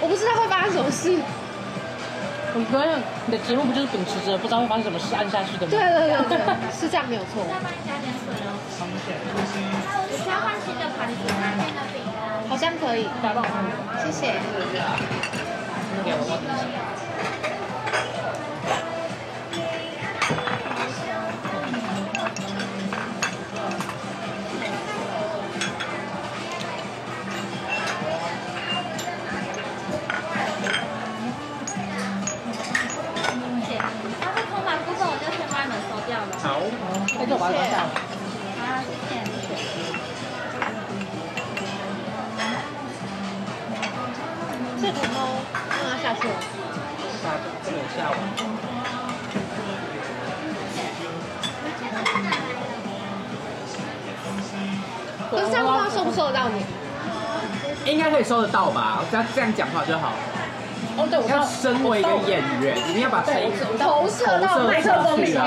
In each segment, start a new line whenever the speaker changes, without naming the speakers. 我不知道会发生什么事。
我发现你的节目不就是秉持着不知道会发生什么事按下去的吗？
对对对对，是这样没有错。
再帮你加点水哦。我需要换新的盘子，那个饼干。
好像可以，
大家帮我看
谢谢。
那个我等一下。
它是空盘部分，我就先帮你们收掉了。
好，
那就把它关掉。
啊，谢谢。
这个猫让它下去了。
下这个下完。
可是这样不知道收不收得到你。
应该可以收得到吧？只要这样讲话就好。
哦，对，我知
要
道。
身为一个演员，一定要把
对，
声
我
音
知道。
投射到麦克风里面。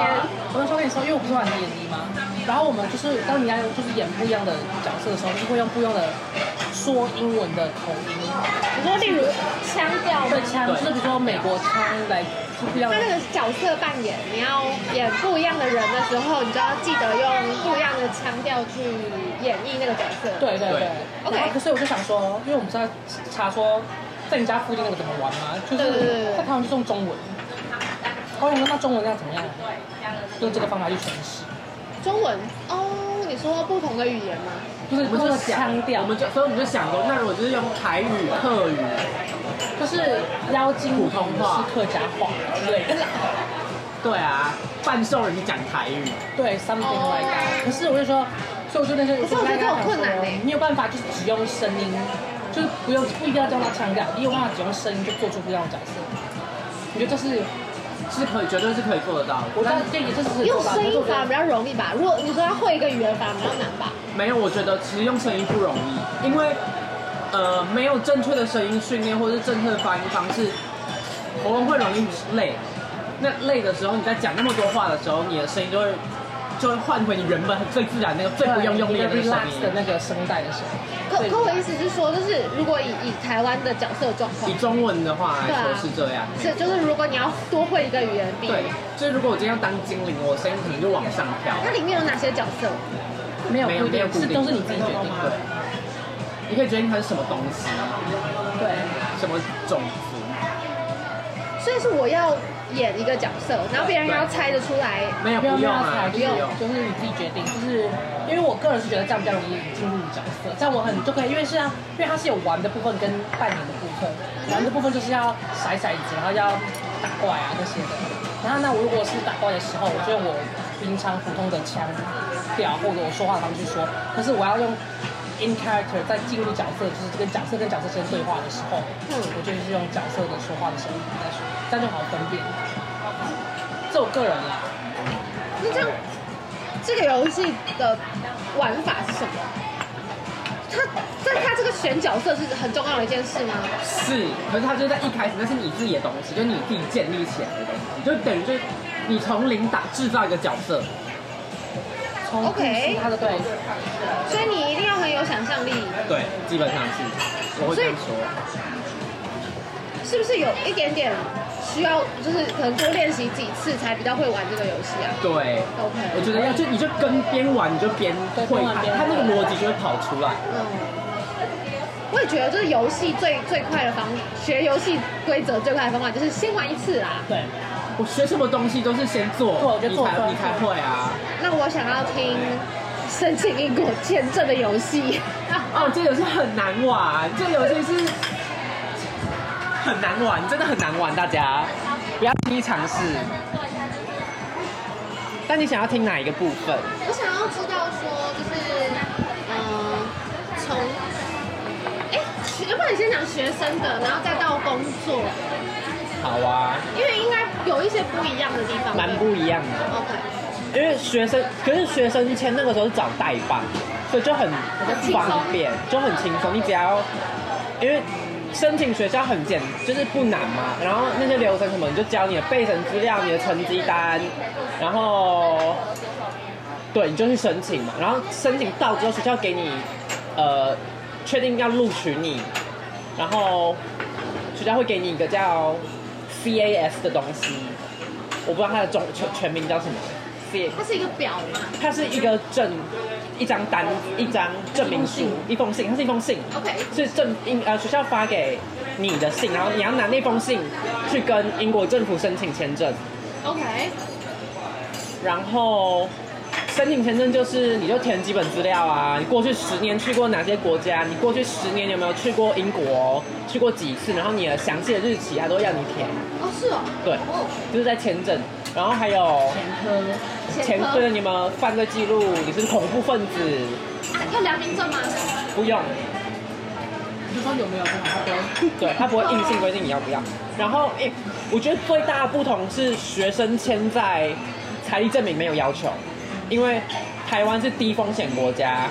我那时候跟你说，因为我不是玩演绎吗？然后我们就是当你要就是演不一样的角色的时候，就是会用不一样的说英文的口音，
你说例如腔调
对
吗？
腔，就是比如说美国腔来就不一样
他
的
那个角色扮演，你要演不一样的人的时候，你就要记得用不一样的腔调去演绎那个角色。，
对对对
对。
OK
然后可是我就想说，因为我们是在查说在你家附近那个怎么玩嘛，就
对对对
是
对
在台湾就是用中文。我想说那中文要怎么样？用这个方法去诠释，
中文哦，你说不同的语言吗？
就是
我
不
们
同
就
的腔
想，
调
我。们就所以我们就想过，那如果就是用台语、客语，
就是妖精
普通
是
话
客家话之类的，
对啊，半兽人讲台语，
对，something like that。可是我就说，所以我就那时候，
可是我觉得这种困难欸
你有办法就是只用声音，就是不用不一定要叫他腔调，你有办法只用声音就做出不一样的角色。我觉得这是，
是可以，绝对是可以做得到。
我觉得这也这是
用声音反而比较容易吧。如果你说要会一个语言，反而比较难吧。
没有，我觉得其实用声音不容易，因为呃没有正确的声音训练或是正确的发音方式，喉咙会容易累。那累的时候，你在讲那么多话的时候，你的声音就会就会换回你原本最自然那个最不用用力的那个声
relax 的
音。
那个声带的时候，
可
对
可我意思是说，就是如果以以台湾的角色状况
以，中文的话来说是这
啊
样。
是就是如果你要多会一个语言比，
对，就是如果我今天要当精灵，我声音可能就往上飘。
它里面有哪些角色？
没有
没有
固
没有
定，
固
是
定，
都是你自己决定
对，你可以决定它是什么东西，
的。对，
什么种族。
所以是我要演一个角色，然后别人要猜得出来。
没有不
不
用
用
啊，
不
不
用
用。，
就是你自己决定。就是因为我个人是觉得这样比较容易进入角色，这样我很就可以，因为是啊，因为它是有玩的部分跟扮演的部分，玩的部分就是要甩骰子，然后要打怪啊那些的。然后那我如果是打怪的时候，我就用我平常普通的腔调或者我说话的方式去说，可是我要用 in character 在进入角色，就是跟角色跟角色之间对话的时候，
嗯
我就是用角色的说话的声音在说，这样就好分辨。这我个人啦、
那这样，这个游戏的玩法是什么？它，但它这个选角色是很重要的一件事吗？
是，可是它就在一开始，那是你自己的东西，就是你自己建立起来的东西，就等于就是你从零打制造一个角色。
从
OK
他的对，
所以你一定要很有想象力，
对，基本上是，我会这样说。
是不是有一点点需要，就是可能多练习几次才比较会玩这个游戏啊
对，我
？OK，
觉得要就你就跟边玩，你就边
对
会
边玩
它，
边
它那个
玩
逻辑就会跑出来。
嗯，我也觉得就是游戏最最快的方，学游戏规则最快的方法就是先玩一次啦。
对，
我学什么东西都是先做，
做就
你
做
才
做
你才
做
会啊。
那我想要听申请英国签证的游戏。
哦，这游戏很难玩，这游戏是很难玩，真的很难玩，大家不要轻易尝试。但你想要听哪一个部分？
我想要知道说，就是嗯，从哎，学要不然你先讲学生的，然后再到工作，
好啊，
因为应该有一些不一样的地方。
蛮
对吧
不一样的。
OK，
因为学生，可是学生签那个时候是找代办，所以就很
很轻松
方便，就很轻松。你只要因为申请学校很简，就是不难嘛。然后那些流程什么，你就交你的备审资料、你的成绩单，然后对，你就去申请嘛。然后申请到之后，学校给你呃确定要录取你，然后学校会给你一个叫 CAS 的东西，我不知道它的中全全名叫什么，C
它是一个表嘛
它是一个证，一张单，一张证明书，一封信，它是一封信，
，OK，
是政英呃学校发给你的信，然后你要拿那封信去跟英国政府申请签证，
OK，
然后申请签证就是你就填基本资料啊，你过去十年去过哪些国家，你过去十年有没有去过英国，去过几次，然后你的详细的日期啊它都要你填，
哦是哦，
对，
哦，
就是在签证，然后还有前
科
科你有没有犯罪记录，你是不是恐怖分子，
啊要良民证吗？
不用。
你就说有没有就好，他不会
对，他不会硬性规定你要不要。然后，诶、我觉得最大的不同是学生签在财力证明没有要求，因为台湾是低风险国家，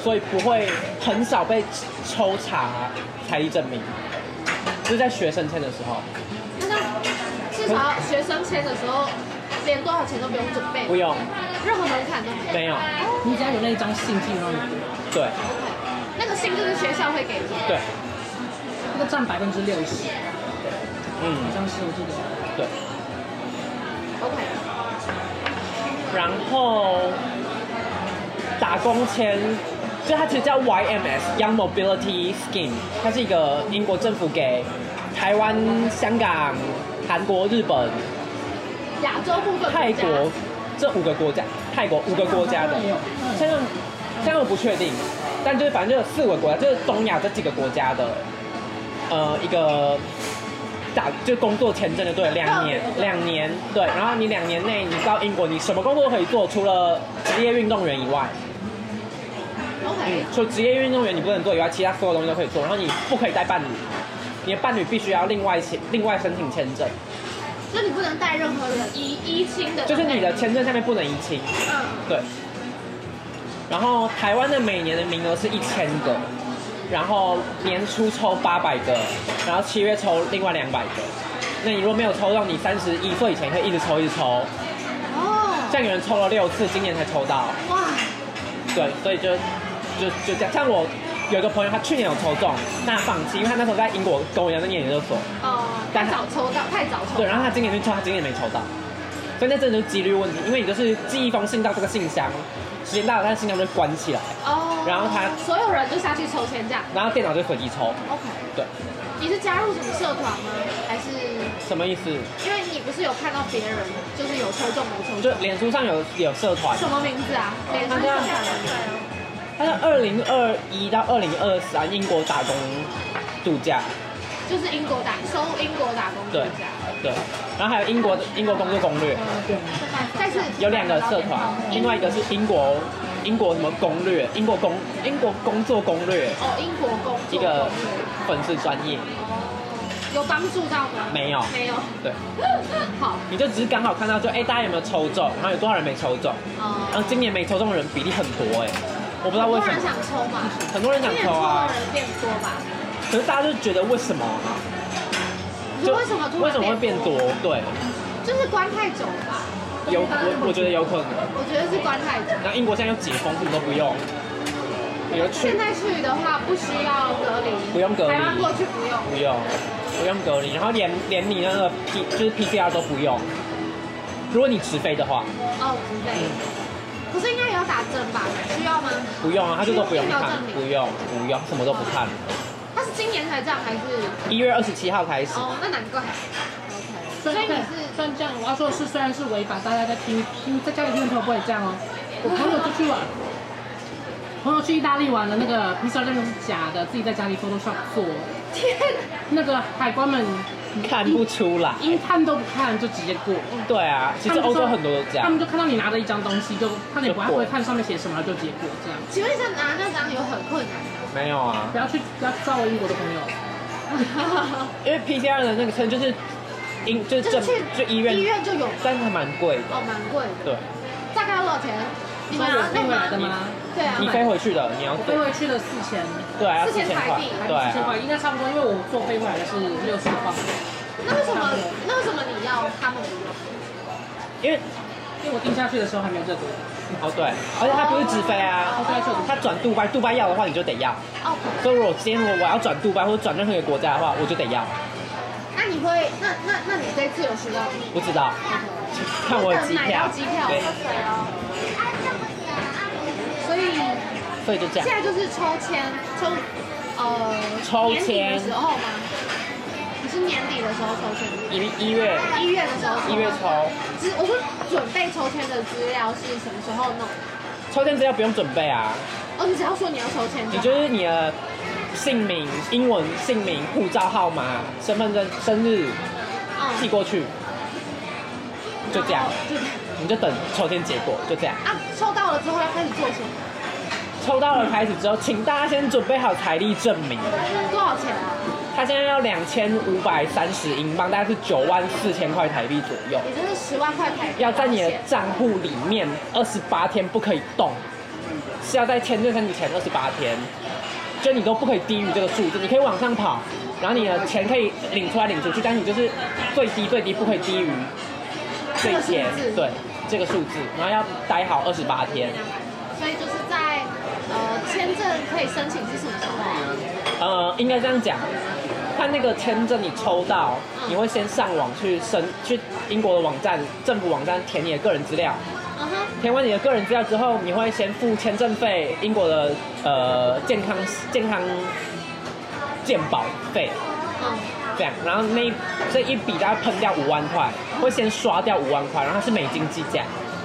所以不会很少被抽查财力证明，就是在学生签的时候
那这样至少学生签的时候，连多少钱都不用准备
不，用，
任何门槛都没有。
没有，
你只要有那一张信寄到你，
对
那个信就是学校会给你，
对，
那个占百分之六十，好
嗯
像是我记得。
对。
，OK，
然后打工签，就它其实叫 YMS Young Mobility Scheme，它是一个英国政府给台湾、香港、韩国、日本、
亚洲部分
泰国这五个国家，泰国五个国家的
好像也有，
香港香港我不确定，但就是反正就有四个国家，就是东亚这几个国家的，呃，一个打就工作签证就对了，两年两年对，然后你两年内你到英国，你什么工作都可以做，除了职业运动员以外，
，OK，
除了职业运动员你不能做以外，其他所有东西都可以做，然后你不可以带伴侣，你的伴侣必须要另外请另外申请签证，
就你不能带任何人一一清的，
就是你的签证下面不能移情。
嗯，
对。然后台湾的每年的名额是一千个，然后年初抽八百个，然后七月抽另外两百个。那你如果没有抽到，你三十一岁以前可以一直抽一直抽，
哦，
像有人抽了六次，今年才抽到。
哇，
对，所以就就就这样。像我有一个朋友，他去年有抽中，那他放弃，因为他那时候在英国跟我一样在念研究所，
哦，太
但
早抽到，太早抽
对，
到，
然后他今年就抽，他今年没抽到，所以那真的就是几率问题，因为你就是寄一封信到这个信箱，时间到了，他的信箱就会关起来。
哦，
然后他
所有人就下去抽签这样
然后电脑就随机抽，
，OK，
对，
你是加入什么社团吗？还是因
什么意思？
为你不是有看到别人就是有抽中没抽
就
中？
脸书上有有社团，
什么名字啊？脸书上
他在二零二一到二零二三英国打工度假，
就是英国打收英国打工度
对
假，
对，然后还有英国的英国工作攻略，
但是
有两个社团，另外一个是英国英国什么攻略，英国工英国工作攻略
哦英国工作
一个粉丝专业，
哦，有帮助到吗？
没有
没有，
对，
好
你就只是刚好看到就哎、大家有没有抽中，然后有多少人没抽中，然后
哦，
今年没抽中的人比例很多哎、我呃不知道
很
为
多
什
人
么，
想抽嘛，
很多人想
今年
抽
抽
啊
的，人变多吧？
可是大家就觉得为什么？啊
你说为什么突然
为什么会变多？？对，
就是关太久了吧？
有我我觉得有可能。
我觉得是关太久。
然后英国现在又解封，什么都不用，你就去
现在去的话不需要隔离，
不用隔离
台湾过去不用。
不用不用隔离，然后连连你那个 P 就是 PCR 都不用。如果你直飞的话，
哦之类的。
嗯
可是应该也要打针吧？需要吗？
不用啊，他就说不用
疫苗
看
证，明
不用不用，什么都不看。
他是今年才这样还是？
一月二十七号开始，
哦，那难怪。
所以
所以
你
你
是
是
算这样，我要说的是，虽然是违法，大家在听听在家里听的朋友不会这样哦。我朋友出去玩，朋友去意大利玩的那个披萨证明是假的，自己在家里 Photoshop 做，
天
那个海关们
看不出来。
一看都不看就直接过。
对啊，其实欧洲很多都这
他们
样。
就看到你拿着一张东西，就看你不爱
就过
会看上面写什么，就直接过这样。
请问一下，拿那张有很困难
没有啊，
不要去不要去抓我英国的朋友，
吗？
因为 PCR 的那个称就是英就是
就
证
去
就医院，
就有，
但是还蛮贵的。
哦，蛮贵的，
对，
大概要多少钱？你们
有
拿那
飞回来的
拿
吗？
对啊，
你飞回去的，你要
我飞回去了四千，
对啊，
四
四
千
千
台
块
币，
对
四千
啊，
块应该差不多，因为我坐飞回来的是六十磅。
那为什么那为什么你要他们不用？
因为
因为我定下去的时候还没有这个规定。
哦对，而且它不是直飞啊，它转杜拜，杜拜要的话你就得要。
哦，
所以如果今天我我要转杜拜或者转任何一个国家的话，我就得要。
那你会，那那那你这次有学到吗？
不知道，看我有机
买到
票，
机票，
对，
喝水哦。
啊所以
所以就这
现。
样
在就是抽签，抽呃
抽签
年底的时候吗？你是年底的时候抽签吗，
一一月
一月的时候抽。
一月。抽，
只我说准备抽签的资料是什么时候弄？
抽签资料不用准备啊，
哦，你只要说你要抽签就好。
你就是你的姓名、英文姓名、护照号码、身份证、生日寄
嗯，哦
过去，就这样，
就这样
你就等抽签结果，就这样。
啊，抽到了之后要开始做什么？
抽到了开始之后，请大家先准备好财力证明，
多少钱啊？
他现在要两千五百三十英镑，大概是九万四千块台币左右。
也就是十万块台币。
要在你的账户里面二十八天不可以动，是要在签证申请前二十八天，就你都不可以低于这个数字，你可以往上跑，然后你的钱可以领出来领出去，但你就是最低最低不可以低于这一
这
天
个数字，
对这个数字，然后要待好二十八天，
所以就是在呃签证可以申请是什么时候啊？
呃，应该这样讲。他那个签证你抽到，你会先上网去申去英国的网站、政府网站填你的个人资料，
嗯哼，
填完你的个人资料之后，你会先付签证费、英国的呃健康健康健保费
嗯，
这样，然后那一这一笔大概喷掉五万块，会先刷掉五万块，然后它是美金计价，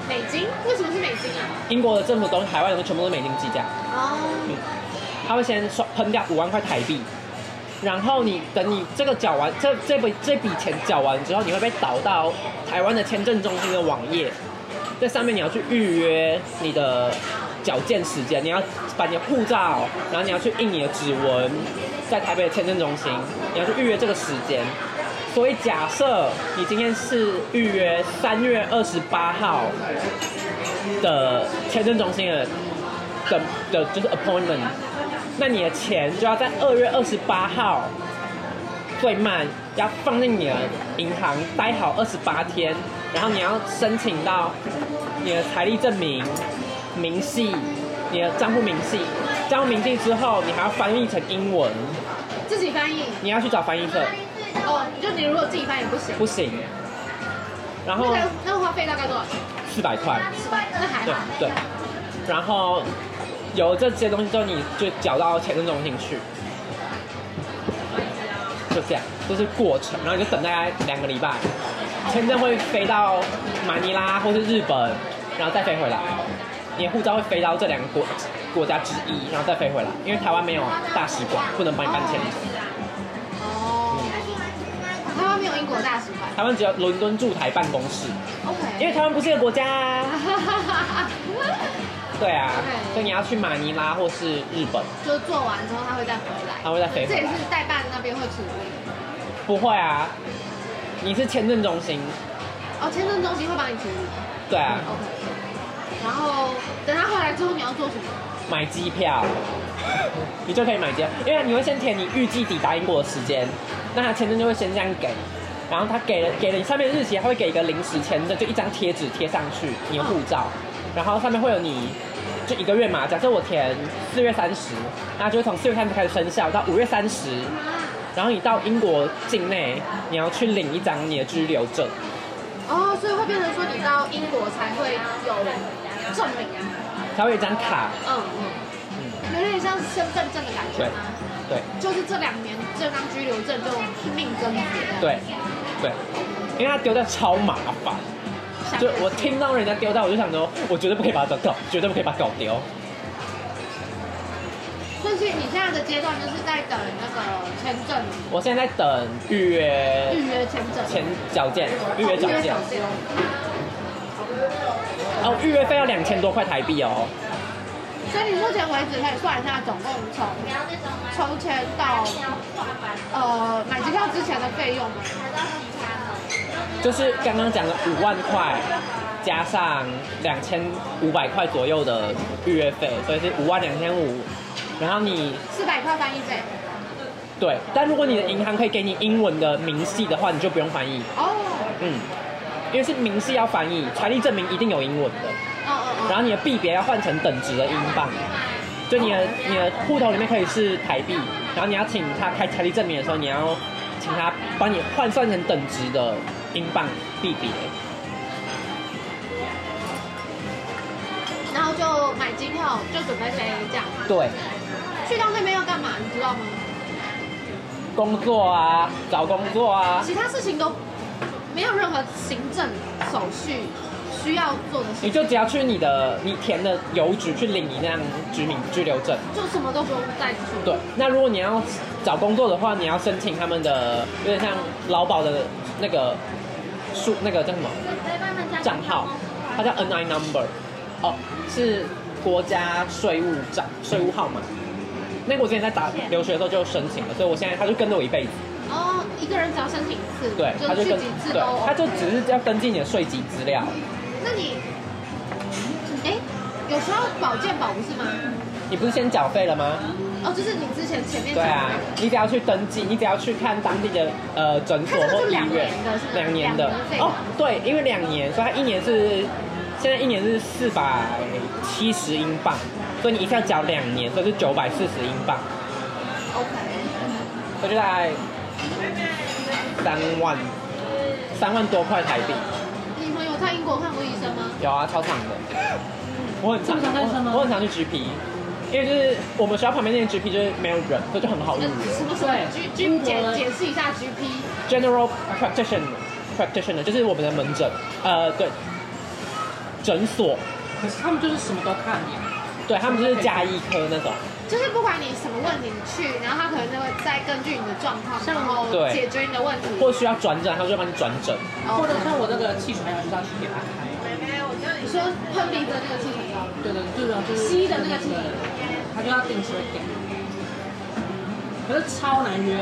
美金？为什么是美金啊？
英国的政府东西、海外的东西全部都是美金计价，
哦，
它会先刷喷掉五万块台币，然后你等你这个缴完这这笔这笔钱缴完之后，你会被导到台湾的签证中心的网页，在上面你要去预约你的缴件时间，你要把你的护照，然后你要去印你的指纹，在台北的签证中心，你要去预约这个时间。所以假设你今天是预约三月二十八号的签证中心的的的，就是 appointment，那你的钱就要在二月二十八号最慢要放进你的银行待好二十八天，然后你要申请到你的财力证明、明细、你的账户明细。账户明细之后，你还要翻译成英文，
自己翻译。
你要去找翻译社，
哦，就你如果自己翻译不行，
不行。然
那
后
个那个花费大概多少钱？
四百块，
十万，那还
对啊
好。
对。然后有这些东西之后，你就缴到钱政中心去。就这样，这是过程，然后你就等大概两个礼拜，签证会飞到马尼拉或是日本，然后再飞回来。你的护照会飞到这两个国国家之一，然后再飞回来，因为台湾没有大使馆，不能帮你办签证。
哦，台湾没有英国大使馆。
台湾只有伦敦驻台办公室，因
OK。
为台湾不是一个国家啊。
哈哈哈哈！
对啊，
对
所以你要去马尼拉或是日本，
就做完之后他会再回来
它。会再飞
这
回
也
来
是。代办那边会处理。
不会啊，你是签证中心，
哦，签证中心会帮你处理。
对啊，
OK。然后等他回来之后你要做什么？
买机票，你就可以买机票，因为你会先填你预计抵达英国的时间，那他签证就会先这样给，然后他给了给了你上面的日期，他会给一个临时签证，就一张贴纸贴上去你的护照，然后上面会有你就一个月嘛，假设我填四月三十，那就会从四月三十开始生效到五月三十，然后你到英国境内，你要去领一张你的居留证。
哦，所以会变成说你到英国才会有证明啊。
它会有一张卡，
嗯嗯。有点像身份证的感觉吗？
对
就是这两年这张居留证就命根绝。
对对，因为它丢掉超麻烦，
想
就
也是
我听到人家丢掉，我就想说，我绝对不可以把它搞，绝对不可以把它搞丢。
所以你现在的阶段就是在等那个签证
我现在在等预约
预约签证，
前缴件，预约
哦
缴件，哦，预约费要两千多块台币哦，
所以你目前为止可以算一下，总共从抽签到呃买机票之前的费用吗？
就是刚刚讲的五万块。加上两千五百块左右的预约费，所以是五万两千五。然后你
四百块翻译费。
对，但如果你的银行可以给你英文的明细的话，你就不用翻译。
哦，
嗯，因为是明细要翻译，财力证明一定有英文的，
哦哦
然后你的币别要换成等值的英镑，就你的你的户头里面可以是台币，然后你要请他开财力证明的时候，你要请他帮你换算成等值的英镑币别，
哦，然后就买机票，就准备飞这样。
对，
去到那边要干嘛，你知道吗？
工作啊，找工作啊，
其他事情都没有任何行政手续需要做的事，
你就只要去你的你填的邮局去领一张居民居留证。
就什么都不用再做。
对，那如果你要找工作的话，你要申请他们的有点像劳保的那个数，那个叫什么账号，它叫 NI number，哦，是国家税务账税务号码。那个我之前在打留学的时候就申请了，所以我现在他就跟着我一辈子。
哦，一个人只要申请一次，
对，他
就
就
去
跟
几次都
对，他
OK。
就只是要登记你的税籍资料，
那你，哎，有时候保健保不是吗？
你不是先缴费了吗？
哦，就是你之前前面
对
讲的
啊
那个，
你只要去登记，你只要去看当地的呃诊所
它这个
或
是
医
两
院
年的是不，是
两年的
两年费用
哦，对，因为两年，所以它一年是现在一年是四百七十英镑，所以你一下缴两年，所以是九百四十英镑，
OK，
所以就大概三万三万多块台币。
你们有在英国看过医生吗？
有啊，超长的。我很
这
常，
么常看医生吗
我我很常去 GP，因为就是我们学校旁边那间 GP 就是没有人，所以就很好入
呃
园。
什么什么
对
G
英
G 解
国的
解释一下 GP。
General Practitioner Practitioner 就是我们的门诊，呃，对，诊所，
可是他们就是什么都看呀，
对他们就是加医科那种。
就是不管你什么问题你去，然后他可能就会再根据你的状况，
像
然后
对
解决你的问题。
或需要转诊，他就会帮你转诊。
哦
或者像我那个汽水还要就是要去给他开，
你说喷鼻子的那个气体吗，
对对对对，就是
吸的那个气体，
他就要定期会给。可是超难约，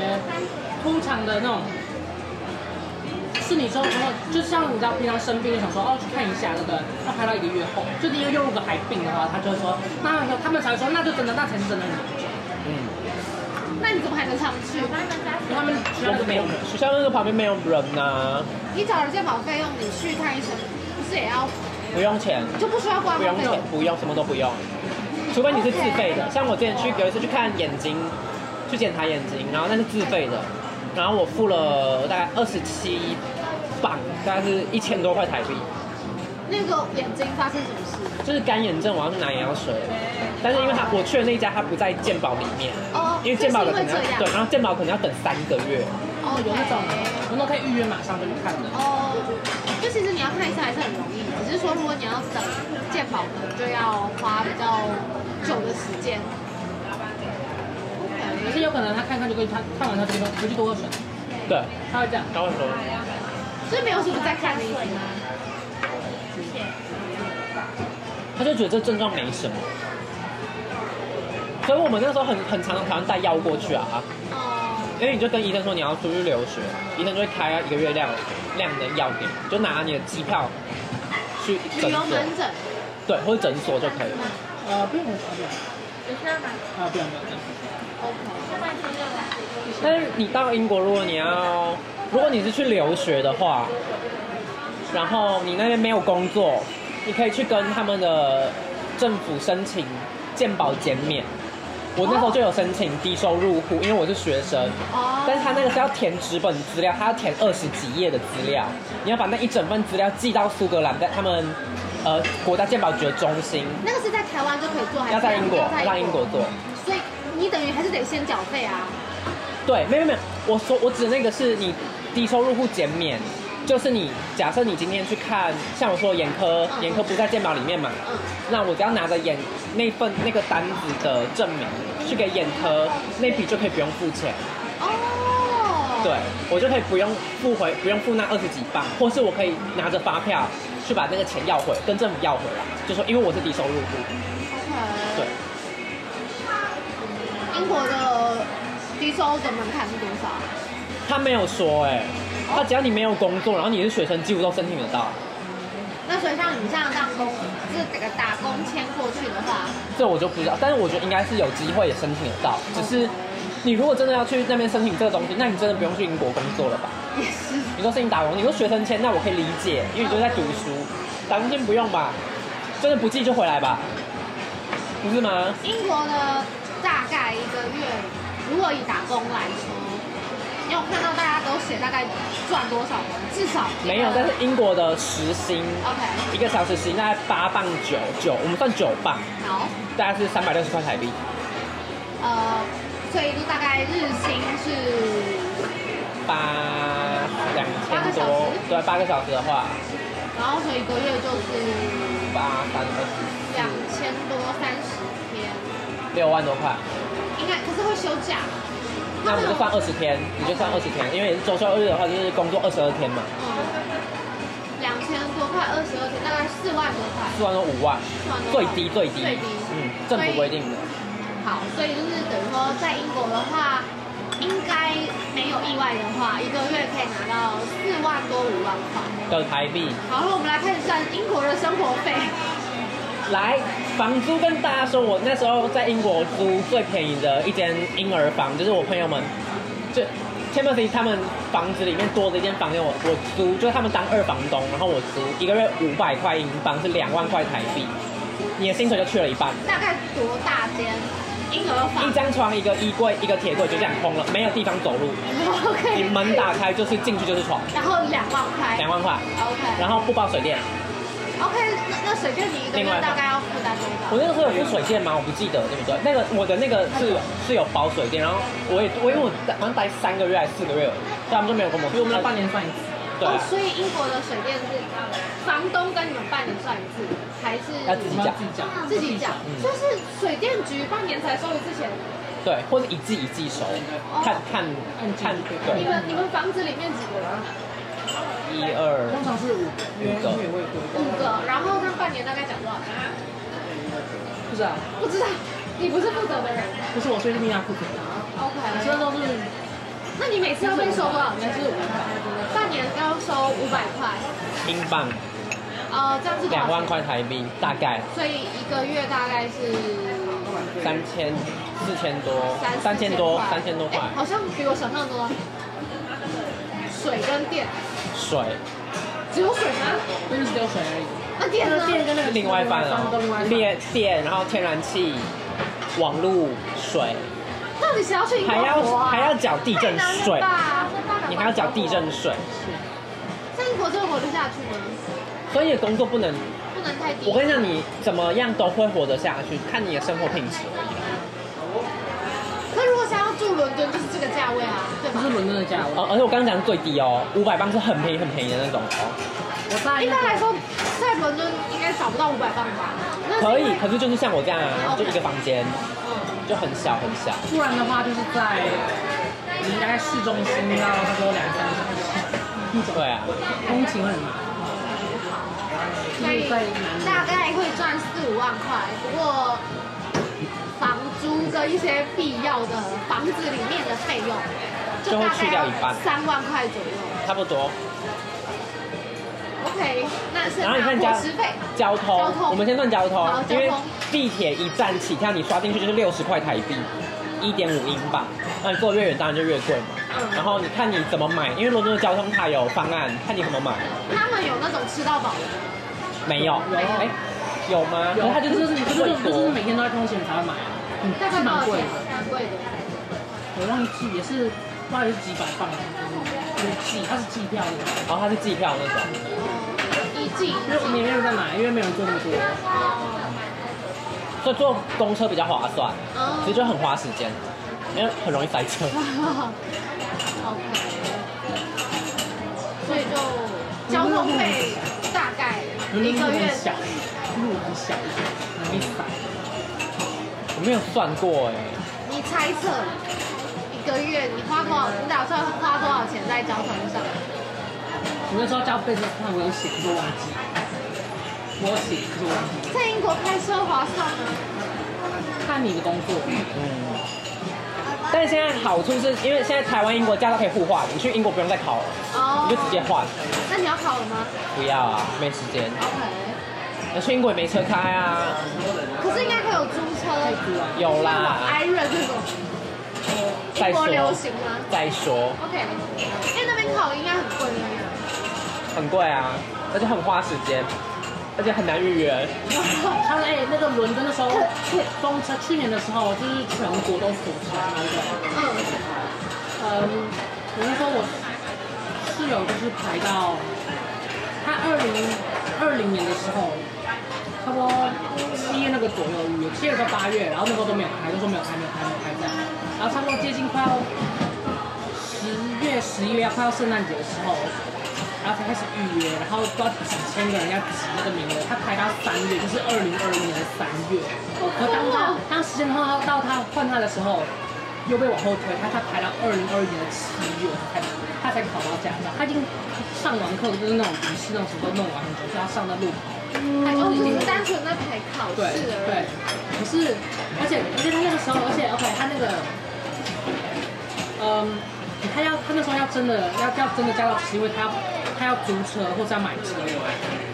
通常的那种是你说，然后就像你知道平常生病，想说哦去看一下，对不对？要排到一个月后，就你又又如果还病的话，他就会说，那他们才会说，那就真的，那才是真的你，
嗯，
那你怎么还能上去？
因为他们居然
我
就
们
没
没
有
有
人。
学校那个旁边没有人啊呐、
你找人健保费用，你去看医生，不是也要
不用钱，
就不需要挂
不
号
用
费
钱
用？，
不用什么都不用，除非你是自费的。像我之前去有一次去看眼睛，去检查眼睛，然后那是自费的，然后我付了大概二十七磅，大概是一千多块台币，
那个眼睛发生什么事？
就是干眼症，我要去拿眼药水，但是因为他我去的那一家他不在健保里面，
哦，
因为健保的
就是
可
因
能
为这
要
样，
对，然后健保可能要等三个月，
哦，
有那种，我都可以预约马上就去看的。
哦，就其实你要看医生还是很容易，只是说如果你要等健保，可能就要花比较久的时间。
可是有可能他看看就跟他看完他就说回去多喝水，
对，
他会这样。
然后我说
所以没有什么在看的意思吗？
他就觉得这症状没什么，所以我们那时候很很常常带药过去啊。
哦，
因为你就跟医生说你要出去留学，医生就会开一个月量量的药给你，就拿你的机票去
旅
诊
游
所，
门诊，
对，或者诊所就可以了。
呃，不用不用不用，啊不用不用不用。
但是你到英国，如果你要，如果你是去留学的话，然后你那边没有工作，你可以去跟他们的政府申请健保减免。我那时候就有申请低收入户，因为我是学生，
哦，
但是他那个是要填纸本资料，他要填二十几页的资料，你要把那一整份资料寄到苏格兰，在他们呃国家鉴宝局的中心，
那个是在台湾就可以做，还是
要在英国，
要
要在英国做。
所以你等于还是得先缴费啊。
对，没有没有，我说我指的那个是你低收入户减免，就是你假设你今天去看，像我说眼科，
嗯
眼科不在鉴宝里面嘛，
嗯，
那我只要拿着眼那份那个单子的证明去给眼科，那笔就可以不用付钱。
哦，
对，我就可以不用付回，不用付那二十几磅，或是我可以拿着发票去把那个钱要回，跟政府要回来，就说因为我是低收入户，
，OK。
对，
嗯英国的低收的门槛是多少？
他没有说哎、他只要你没有工作，然后你是学生，几乎都申请得到，
那所以像你像这样工，就是这个打工签过去的话，
这我就不知道，但是我觉得应该是有机会也哦申请得到，只是你如果真的要去那边申请这个东西，那你真的不用去英国工作了吧？
也是。
你说事情打工，你说学生签，那我可以理解，因为你就在读书，打工签不用吧？真的不记就回来吧，不是吗？
英国的大概一个月，如果以打工来说，你有看到大家都写大概赚多少吗？至少一个
没有，但是英国的时薪
OK，
一个小时时薪大概八磅九九，我们算九磅，
好，
大概是三百六十块台币。
呃，所以就大概日薪是
八两千多，对，八个小时的话，
然后所以一个月就是
八三二十
两千多三十天，
六万多块，
应该可是会休假。
那我们就算二十天，你就算二十天，因为你是周休二日的话，就是工作二十二天嘛，
嗯两千多块，二十二天，大概四万多块，
四万多五万，
四万多块
最低最低，
最低。
嗯，政府规定的，
好，所以就是等于说，在英国的话，应该没有意外的话，一个月可以拿到四万多五万块。
的台币。
好，那我们来开始算英国的生活费。
来，房租跟大家说，我那时候在英国租最便宜的一间婴儿房，就是我朋友们，就 Timothy 他们房子里面多的一间房间，我我租，就是他们当二房东，然后我租一个月五百块英镑，是两万块台币，你的薪水就去了一半。
大概多大间婴儿房
一张床，一个衣柜，一个铁柜，就这样空了，没有地方走路。
？OK。
你门打开就是进去就是床，
然后两万块。
两万块，
OK。
然后不包水电。
OK，那那水电你一个月
另外一个
大概要负担多
我
少？
那个时候有付水电吗？我不记得，对不对？那个我的那个是是有包水电，然后我也我因为我好像待三个月还是四个月，所以他们就没有跟我们。
所以我们要半年算一次。
对
哦，，
啊
所以英国的水电是呃房东跟你们半年算一次，还是
要自己
我们要
讲
自，己讲，
自己讲？
嗯
就是水电局半年才收一次钱。
对，或者一季一季收，看看看
你
对，
们你们房子里面几个人？
一二
通常是五约
五个
约会过，
五个，然后那半年大概讲多少钱？
不是啊，
不知道，你不是负责的人。
不是我睡是蜜娜库克，我现在
OK，
都是
那你每次要被收多少钱？是五百，半年要收五百块，
英镑
呃，这样是多少
两
钱
万，块台币，大概
所以一个月大概是
三千四千多，
三
三千多
块
三千多块
哎好像比我想象多。水跟电，
水，
只有水吗？
就是丢水而已。
那电呢？
电跟那个
另外一半
都另外
哦，
一半
电电，然后天然气、网路、水，
到底谁要去英国
还要
活啊？
还要缴地
太
震
难了
税，
吧
你还要缴地，震税，
在英国真的活得下去吗？
所以你的工作不能，
不能太低。
我跟你讲，你怎么样都会活得下去，看你的生活品质而已。
可如果想要住伦敦，就是这个价位啊，对
不
吧
是？伦敦的价位，
而而且我刚刚讲的最低哦，五百磅是很便宜很便宜的那种哦，
我大一
一般来说，在伦敦应该找不到五百磅吧？那是
可
因
以
为，
可是就是像我这样啊，就一个房间，
嗯，
就很小很小，
不然的话就是在离大概市中心到差不多两三小时，
对啊，
通勤很难。
所以大概会赚四五万块，不过房租跟一些必要的房子里面的费用，
就会去掉一半
三万块左右。
差不多。
OK，那是
然后你看
伙
加
食费，
交通，
交通
我们先算交通
好，
因为
交通
地铁一站起跳，你刷进去就是六十块台币，一点五英镑。那你坐越远当然就越贵嘛。
嗯
然后你看你怎么买，因为伦敦的交通它有方案，看你怎么买。
他们有那种吃到饱的，
没有，
有
哎，有吗？
有，
可是
他
它就
就是是
就
就
是
是
贵
就是
多。
每天都在通勤才会买啊，嗯
大概
是
多少
蛮贵
钱
的，？
蛮贵的。
我忘记也是，不知道也是几百磅，就是季，它是季票的，
然后它是机票那种，
一季
因为我们也没有人在买，因为没有人做那么多。
所以坐公车比较划算，
哦
其实就很花时间，因为很容易塞车。
OK，所以就交通费大概一个
很
月
小，路很小，很易塞。
我没有算过哎，
你猜测一个月你花多少？你打算花多少钱在交通上？
我那时候交备车看我有写，可是我忘记，我有写可是我忘记。
在英国开车划算吗？
看你的工作，
嗯。但是现在好处是因为现在台湾、英国驾照可以互换，你去英国不用再考了，
哦
你就直接换。
那你要考了吗
不要啊，没时间。
？OK，
那去英国也没车开啊，
可是应该可以有租车，
对啊，
有
像
啦，
艾瑞这种。
再
英国
说
流行吗
再说，
？OK，因为那边烤应该很贵对不对
很贵啊，而且很花时间，而且很难预约。
他们哎、那个伦敦的时候，风车去年的时候，就是全国都锁起来那个。
嗯，
嗯，我是说我室友就是排到他二零二零年的时候，差不多七月那个左右预约，七月到八月，然后那时候都没有开，都说没有开，没有开，没有开这样。然后差不多接近快要十月、十一月要快要圣诞节的时候，然后才开始预约，然后不知道几千个人要挤那个名额，他排到三月，就是二零二零年的三月。可当他当时间他到他换他的时候，又被往后推，他才排到二零二一年的七月才他才考到驾照，他已经上完课就是那种笔试那种什么都弄完很久，就要上那路考。
还哦，只是单纯在排考试
对嗯对
而已。，
可是而且而且他那个时候，而且 OK，他那个，嗯，他要他那时候要真的要要真的驾照，是因为他要他要租车或者要买车，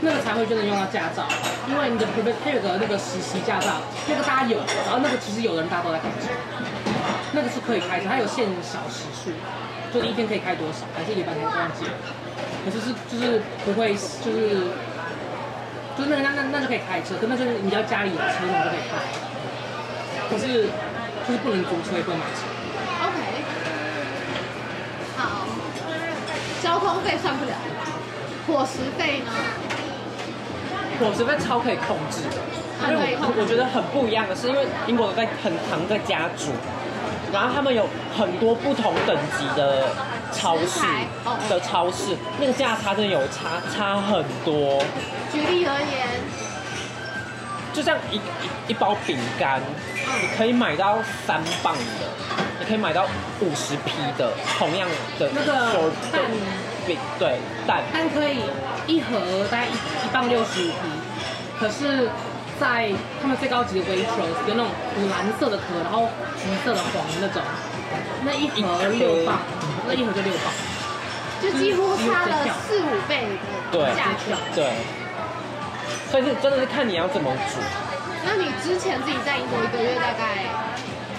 那个才会真的用到驾照，因为你的 p r e 他有个那个实习驾照，那个大家有，然后那个其实有的人大家都在开车，那个是可以开车，它有限小时数，就一天可以开多少，还是一般可以忘记了，可是是就是不会就是。就是那个那那那就可以开车，可那就是你要家里有车，那就可以开。可是就是不能租车，也不能买车。
OK，好，交通费算不了，伙食费呢？
伙食费超可以控制的，
很
因
可以
为
控
我
制
我觉得很不一样的是，因为英国在很常在家煮，然后他们有很多不同等级的超
食
市
材哦
的超市，那个价差真的有差差很多。
举例而言，
就像一一一包饼干，你可以买到三磅的，你可以买到五十批的同样的
那个
手
蛋
饼，对蛋，
但可以一盒大概一一磅六十五皮，可是，在他们最高级的 Waitrose 有那种蓝色的壳，然后橘色的黄的那种，那一盒
一
六
盒
磅，那一盒就六磅。
就几乎
嗯
差了四五倍的
对
价格。
对。所以是真的是看你要怎么煮。
那你之前自己在英国一个月大概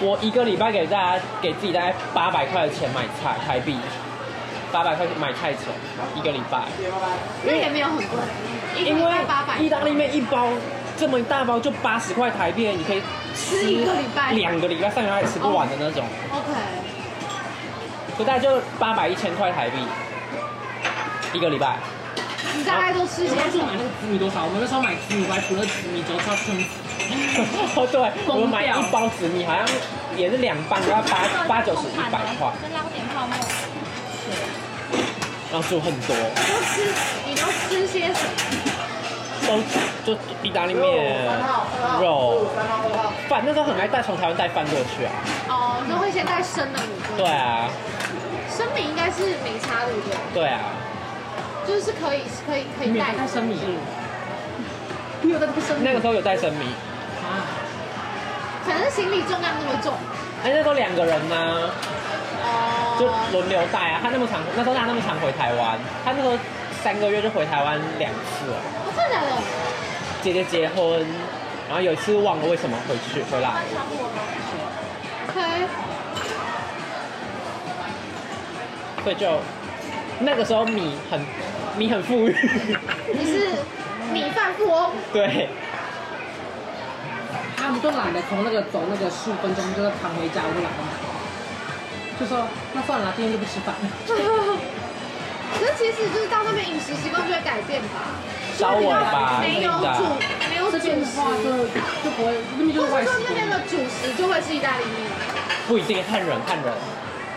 我一个礼拜给大家给自己大概八百块的钱买菜台币，八百块买菜钱一个礼拜，
那也没有很贵，一个
因
礼
为
拜八百，
意大利面一包这么一大包就八十块台币，你可以
吃一个礼拜
两个礼拜、三个礼拜吃不完的那种。
OK，
所以大概就八百一千块台币一个礼拜，
你大概都吃
我
些
当
什
初
么
买？那个紫米多少？我们那时候买紫米，我还除了紫米之后超撑死。
哦对，我买一包紫米好像也是两磅，要 八八九十一百块，
再捞点泡沫。
然后就很多，
都吃，你都吃些什么？
都就意大利面、肉、饭，那时候很爱带从台湾带饭过去啊，
哦，都会先带生的米过去
对，啊，
生米应该是没差对不对？
对啊，
就是可以可以可
你
以
没有
带
带生米？你有带生米？
那个时候有带生米，
啊，
反正行李重量那么重，
哎，那时候两个人呢、就
哦，
轮流带啊，他那么长，那时候他那么长回台湾，他那时候三个月就回台湾两次了。
哦真的假的？
姐姐结婚，然后有一次忘了为什么回去回来，
OK，
所以就那个时候米很米 很富裕，
你是米饭哦富翁，
对，
他们就懒得从那个走那个十五分钟就要扛回家，我就懒得买，就说那算了，今天就不吃饭。
可是其实就是到那边饮食习惯就会改变吧，
稍微吧，
没有
真的
主没有主
这边的话就
食，
就不会，那边就
或者
是外食
说。那边的主食就会是意大利面，
不一定看人看人，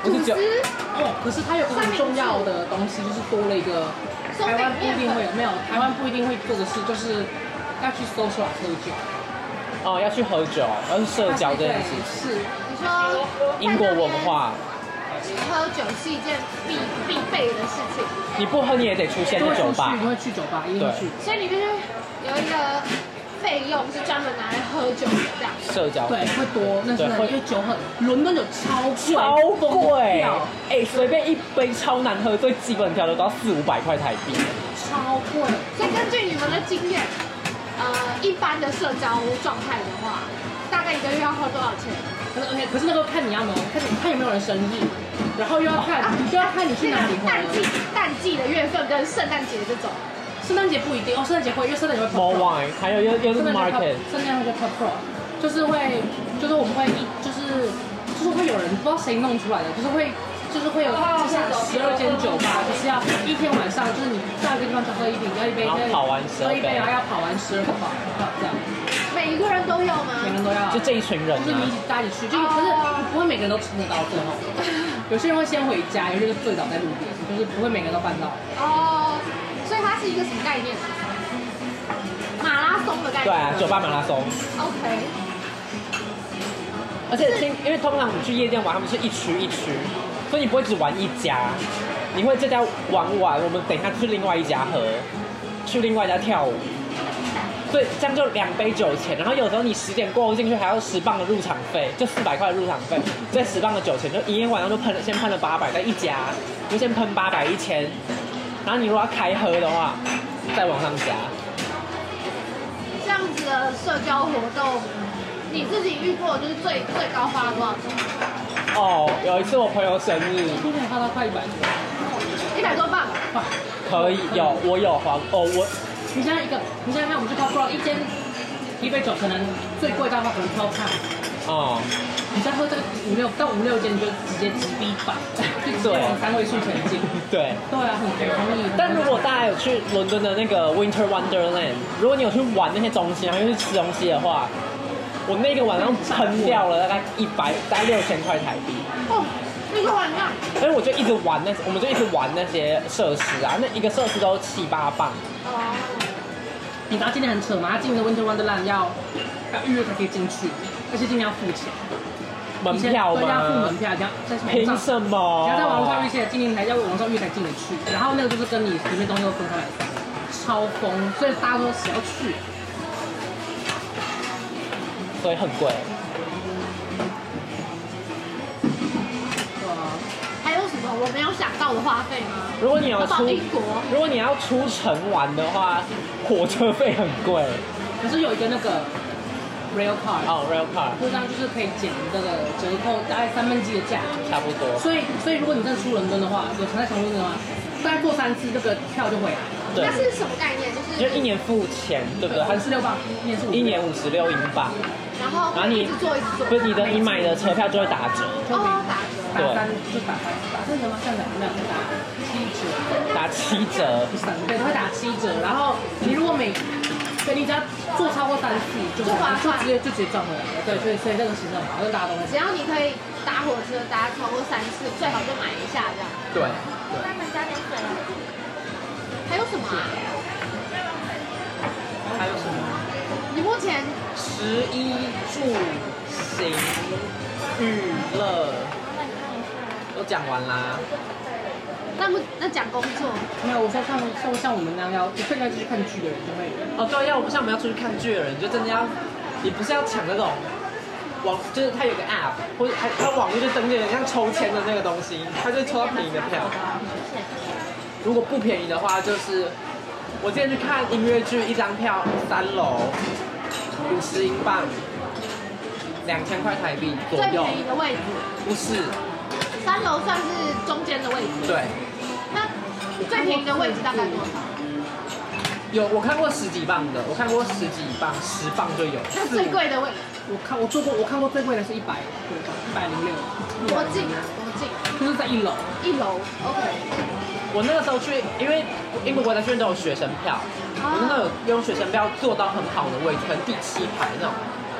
不
主
是只有
食
哦，可是它有个很重要的东西，就是多了一个
松
台
饼
湾不一
面
定会
粉，
有，没有台湾不一定会做的事，就是要去 social 喝酒。
哦要去喝酒，要去社交这件事情，
是
你说
英国文化，
喝酒是一件必必备的事情，
你不喝你也得出现
都
在
会
酒
出
吧
去，，都会去酒吧，一定会去。
所以你必须有一个费用是专门拿来喝酒的这样。
社交
对，会多，那是
对会
因为酒很，伦敦酒超贵，
超
疯
贵
掉，
哎随便一杯超难喝，最基本调的都要四五百块台币，
超贵。
所以根据你们的经验，呃，一般的社交状态的话，大概一个月要花多少钱？
可是 OK，可是那个看你要没有，看你看有没有人生日，然后又要看，又要啊看你去
哦啊那
哪
个
里
是
活
淡季淡季的月份跟圣诞节这种，
圣诞节不一定哦，圣诞节会，因为圣诞节会
more
pop rock
wine，还有又又是
圣诞节
market，
pop- 圣诞节会 pop rock，就是会，就是我们会一，就是就是会有人不知道谁弄出来的，就是会。就是会有，
哦
就是十二间酒吧，就是要一天晚上，就是你到一个地方就喝一瓶，要一杯，
然后
要一杯
跑完12
喝一杯，
杯
然后要跑完十二个跑，这样
每一个人都有吗？
每个人都要。
就这一群人
就是你一
啊
起，搭一起去，就是可是你不会每个人都撑得到最后，有些人会先回家，有些人就醉倒在路边，就是不会每个人都办到。
哦，所以它是一个什么概念？马拉松的概
对
念。
啊，酒吧马拉松。
OK，
而且听，因为通常你去夜店玩，他们是一区一区，所以你不会只玩一家，你会这家玩完，我们等一下去另外一家喝，去另外一家跳舞，所以这样就两杯酒钱，然后有时候你十点过后进去还要十磅的入场费，就四百块的入场费，这十磅的酒钱就一夜晚上就喷了，先喷了八百，在一家就先喷八百一千，然后你如果要开喝的话，再往上加，
这样子的社交活动，你自己遇过就是最最高花了多少钱？
哦，有一次我朋友生日。
一天花到快一百多
一百多磅。
块。
可以有，我有花哦，我
你想想一个，你想想看，我们去 pop rock 一间一杯酒可能最贵的话可能 twelve pound，
哦，
你再喝这个五六到五六间你就直接直逼百，就直接往三位数前进。
对。
对啊，很容易。
但如果大家有去伦敦的那个 Winter Wonderland，如果你有去玩那些东西，然后啊又去吃东西的话，我那个晚上喷掉了大概一百，大概六千块台币。
哦，那个晚上，
所以我就一直玩那，我们就一直玩那些设施啊，那一个设施都七八磅。
哦，
你知道今年很扯吗？他今年的 Winter Wonderland 要要预约才可以进去，而且今年要付钱。
门票
对，要付
吗
门？票，你要在网
凭
上
什么？
你要在网络上预先今年才要网上预才进得去，然后那个就是跟你里面东西都分开来，超疯，所以大家说谁要去？
所以很贵。
对啊，
还有什么我没有想到的花费吗？
如果你要
要
出
到英国，
如果你要出城玩的话，火车费很贵。
可是有一个那个 rail card，
哦，rail car
就这样就是可以减那个折扣大概三分之一的价格，
差不多。
所以所以如果你真的出伦敦的话，有常在长伦敦的话，大概过三次这个票就回来，
对
那。是什么概念？就是
就一，年付钱，对不对？
还
还是
是六磅，一年是五，
一年五十六英镑，
然后
然后
一
你
直做一直做，
不是你的你买的车票就会打折，
哦，打折，
打三就打三打三折吗？这样打没有打七折。
打七折。
不是打对，它会打七折。然后你如果每对你只要做超过三次，就
就划
就
算
直接就直接赚回来了。对，所以所以那个其实很好，就大家都会
只。要你可以搭火车搭超过三次，最好就买一下这样。
对，
专门加点水啊。
还有什么啊？
还有什么？
你目前
食衣住行娱乐都讲完啦。
那不那讲工作，
没有，我说像像像我们那样要一个要去看剧的人就会有。
哦，对，要我们像我们要出去看剧的人，就真的要，你不是要抢那种网，就是它有个 app，或者它它网络就登记了，像抽签的那个东西，它就抽到便宜的票。如果不便宜的话，就是我之前去看音乐剧，一张票三楼五十英镑，两千块台币左
最
右，
便宜的位置，
不是，
三楼算是中间的位置。
对，
那最便宜的位置大概多少？
有我看过十几磅的，我看过十几磅、十磅就有，
那最贵的位置，
我看我做过，我看过最贵的是一百多吧，一百零六，
多近啊？多近？
就是在一楼。
一楼，OK。
我那个时候去，因为英国国家剧院都有学生票，我那时候有用学生票坐到很好的位置，可能第七排那种，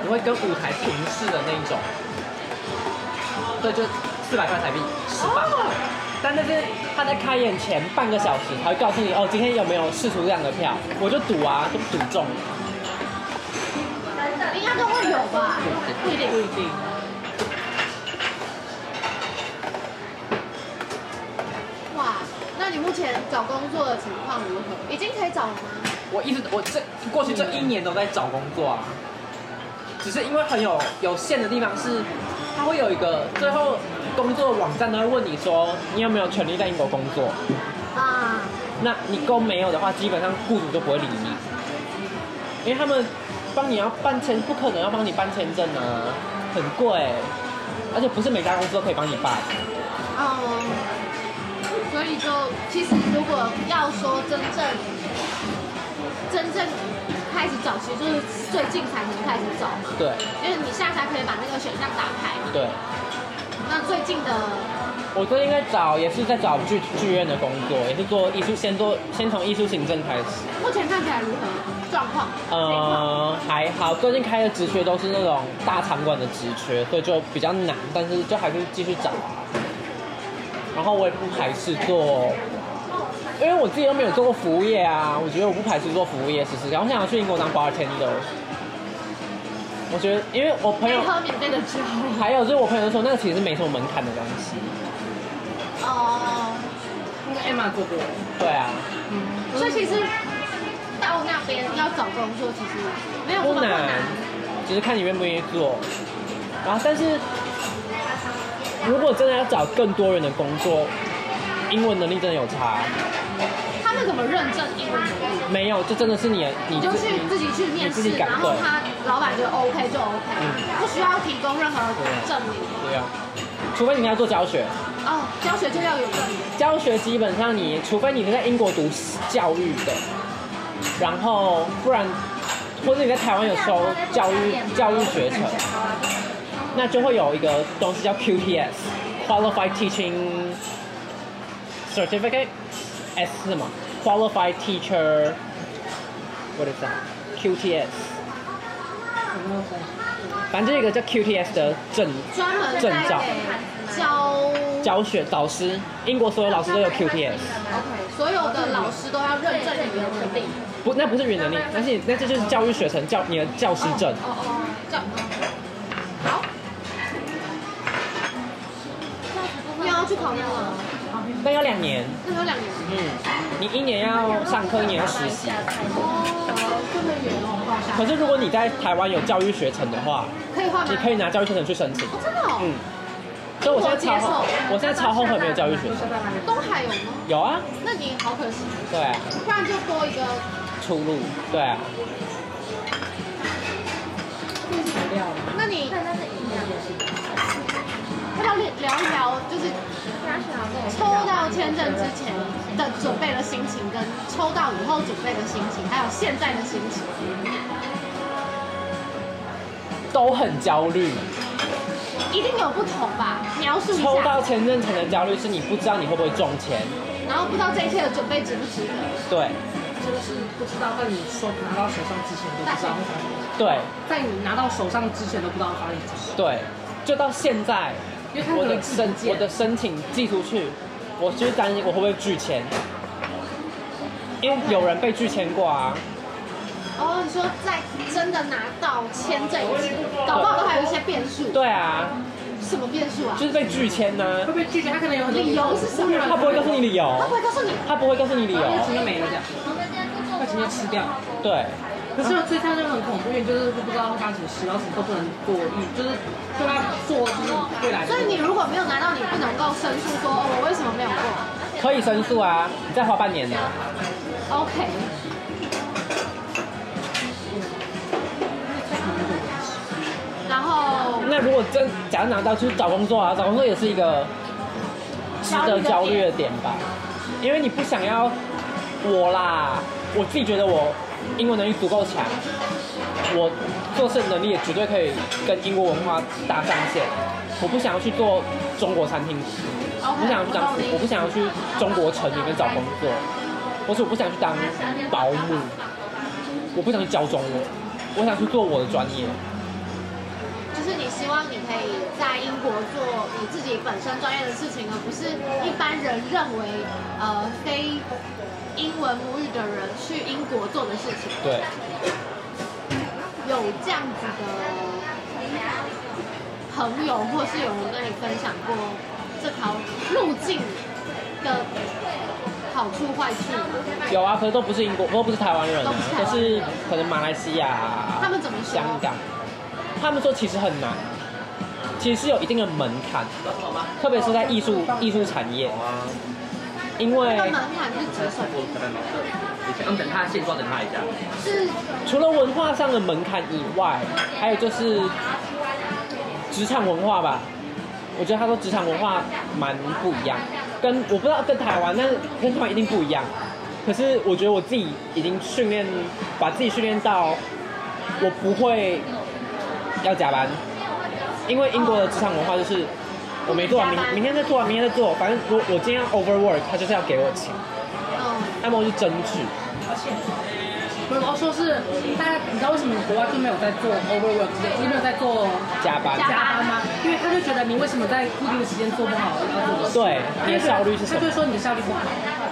你会跟舞台平视的那一种。对，就四百块台币，十磅。但那是他在开演前半个小时，他会告诉你哦，今天有没有试出这样的票，我就赌啊，就赌中。
应该都会有吧？不一定，不一定。哇，那你目前找工作的情况如何？已经可以找了吗？
我一直我这过去这一年都在找工作啊，只是因为很有有限的地方是，它会有一个最后工作网站都会问你说你有没有权利在英国工作，
啊，
那你都没有的话，基本上雇主就不会理你，因为他们帮你要办签，不可能要帮你办签证啊，很贵。而且不是每家公司都可以帮你办。
嗯，所以就其实如果要说真正真正开始找，其实就是最近才能开始找嘛，
对
因为你现在才可以把那个选项打开嘛。
对，
那最近的
我最近在找，也是在找剧剧院的工作，也是做艺术，先做先从艺术行政开始。
目前看起来如何状况？
呃，还好，最近开的职缺都是那种大场馆的职缺，所以就比较难，但是就还是继续找啊。然后我也不排斥做，因为我自己都没有做过服务业啊，我觉得我不排斥做服务业试试看。我想要去英国当 bartender，我觉得，因为我
可
朋
以
友，
喝免费的酒。
还有就是我朋友说那个其实是没什么门槛的东西，
哦、
那个 Emma 做过，
对啊，
所以其实到那边要找工作，其实没有这
不
么困
难
难。，
只是看你愿不愿意做。然后，但是如果真的要找更多人的工作，英文能力真的有差，
他们怎么认证英文能力？
没有，这真的是你的你
你就去自己去面
你自
试，
己敢
然后他老板就 OK 就 OK，、
嗯
不需要提供任何证明。
对啊，除非你要做教学，
哦，教学就要有证明。
教学基本上你除非你是在英国读教育的，然后不然或者你在台湾有收教育教育学程，那就会有一个东西叫 QTS（Qualified Teaching Certificate）。S 是什么？Qualified Teacher。What is that? QTS。反正这个叫 QTS 的证
专门
证
在
照
给教
教学导师，英国所有老师都有 QTS。
所有的老师都要认证你的能力。
不，那不是语言能力，但是你那这就是教育学程教你的教师证。
哦哦，这样。好。你要去考那个？
那要两年，
那有两年。
嗯，你一年要上课，一年要实习。
哦，这么远哦，好
可是如果你在台湾有教育学程的话，
可以换吗？
你可以拿教育学程去申请。
哦，真的哦。
嗯，所以我现在超后
我接，受
我现在超后悔没有教育学程。
东海有吗？
有啊，
那你好可惜，
对啊，
不然就多一个。
出路，对啊。
那你要不要聊一聊，就是抽到签证之前的准备的心情，跟抽到以后准备的心情，还有现在的心情？
都很焦虑，
一定有不同吧？描述一
抽
下，
到签证才能焦虑，是你不知道你会不会中签。
然后不知道这一切的准备值不值得。
对，
就是不知道，但你说拿到手上之前都不知道会发生什么，
对，
在你拿到手上之前都不知道会发生什么，
对，就到现在，
因为他
我
可
的
能
申
证
我
件
的申请寄出去，我就是担心我会不会拒签，因为有人被拒签过啊。
哦，你说在真的拿到签证以前，搞不好都还有一些变数。，
对啊，
什么变数啊
就？是被拒签呢、
会不会拒绝？他可能有很多
理由是什么？
他不哎会告诉你理由
他，不会告诉你。
他不会告诉你理由。
那哦钱就没了这样，那钱就吃掉。
对，
可是所以他就很恐怖，因为就是不知道会发生什么事，然后什么都不能做，预就是对他做就是未来的。
所以你如果没有拿到，你不能够申诉说，哦，我为什么没有过
可以申诉啊，你再花半年呢、
？OK，然后
那如果真假如拿到去找工作啊，找工作也是一个值得焦虑的点吧，因为你不想要我啦，我自己觉得我英文能力足够强，我做事能力也绝对可以跟英国文化搭上线，我不想要去做中国餐厅，我
OK，
不想要去当
我，懂
我不
你。
想要去中国城里面找工作，或是我不想去当保姆，我不想去教中文，我想去做我的专业。
就是你希望你可以在英国做你自己本身专业的事情，而不是一般人认为呃非英文母语的人去英国做的事情，
对，
有这样子的朋友或是有人跟你分享过这条路径的好处坏处吗，
有啊，可是都不是英国，都不是台湾人、啊，
都
都
不是
是可能马来西亚、啊
他们怎么说
香港，他们说其实很难，其实是有一定的门槛，特别是在艺
哦
术艺术产业，因为
那门槛是指什么？
们等他现状，等他一下。
是
除了文化上的门槛以外，还有就是职场文化吧。我觉得他说职场文化蛮不一样，跟我不知道跟台湾，但是跟台湾一定不一样。可是我觉得我自己已经训练，把自己训练到我不会要加班，因为英国的职场文化就是我没做完，明明天再做完，明天再做，反正我我今天要 overwork，他就是要给我钱，
嗯，
那么我就争取。
而且我要说是，大家你知道为什么国外就没有在做 overwork，就是没有在做
加班
加班吗？因为他就觉得你为什么在固定的时间做不好，要做多
对，你的效率是什
他就会
么？
说你的效率不好，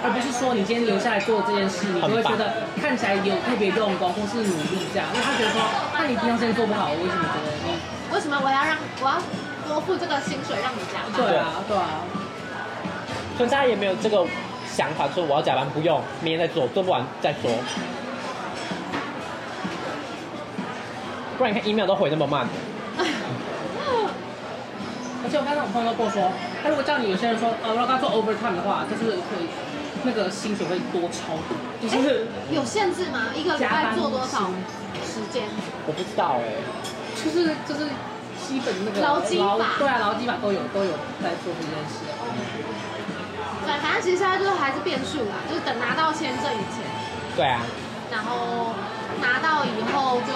而不是说你今天留下来做这件事，你就会觉得看起来有特别用功或是努力这样。那他觉得说，那你平常时间做不好，我为什么觉得你？
为什么我要让我要多付这个薪水让你加班？
对啊，对啊，
所以大家也没有这个想法，说我要加班不用，明天再做，做不完再说。不然你看 email 都回那么慢，
而且我刚才我朋友都跟我说，他如果叫你有些人说，呃，我要跟他做 overtime 的话，就是会那个薪水会多超多，就是
有限制吗？一个礼拜做多少时间？
我不知道哎、
就是就是基本那个
劳基法啊
对啊，劳基法都有都有在做这件事。
对，反正其实它就是还是变数啦，就是等拿到签证以前，
对啊，
然后拿到以后就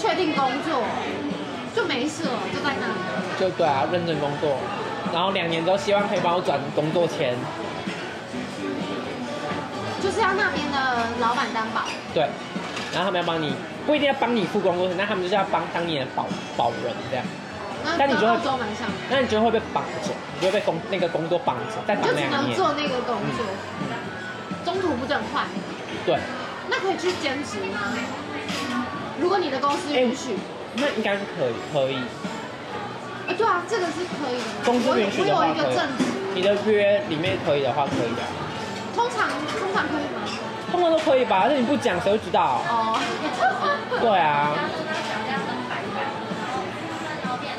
确定工作，就没事了，就在那里。
就对啊，认真工作，然后两年之后希望可以帮我转工作签，
就是要那边的老板担保，
对，然后他们要帮你，不一定要帮你付工作签，但他们就是要帮当你的保保人这样，
那
但你
跟
觉得
澳洲蛮像的，
那你觉得会被绑着，你就会被工那个工作绑着，再
你
绑
就只
两
能
年，
做那个工作，中途不准换。
对，
那可以去兼职吗？如果你的公司允许，
那应该是可以可以，
呃，对啊，这个是可以的。
公司
我有
允许的
我
话
有一
可
个
以
正职，，
你的约里面可以的话可以的啊、
通常通常可以吗？
通常都可以吧，但你不讲谁会知道？
哦，
对啊，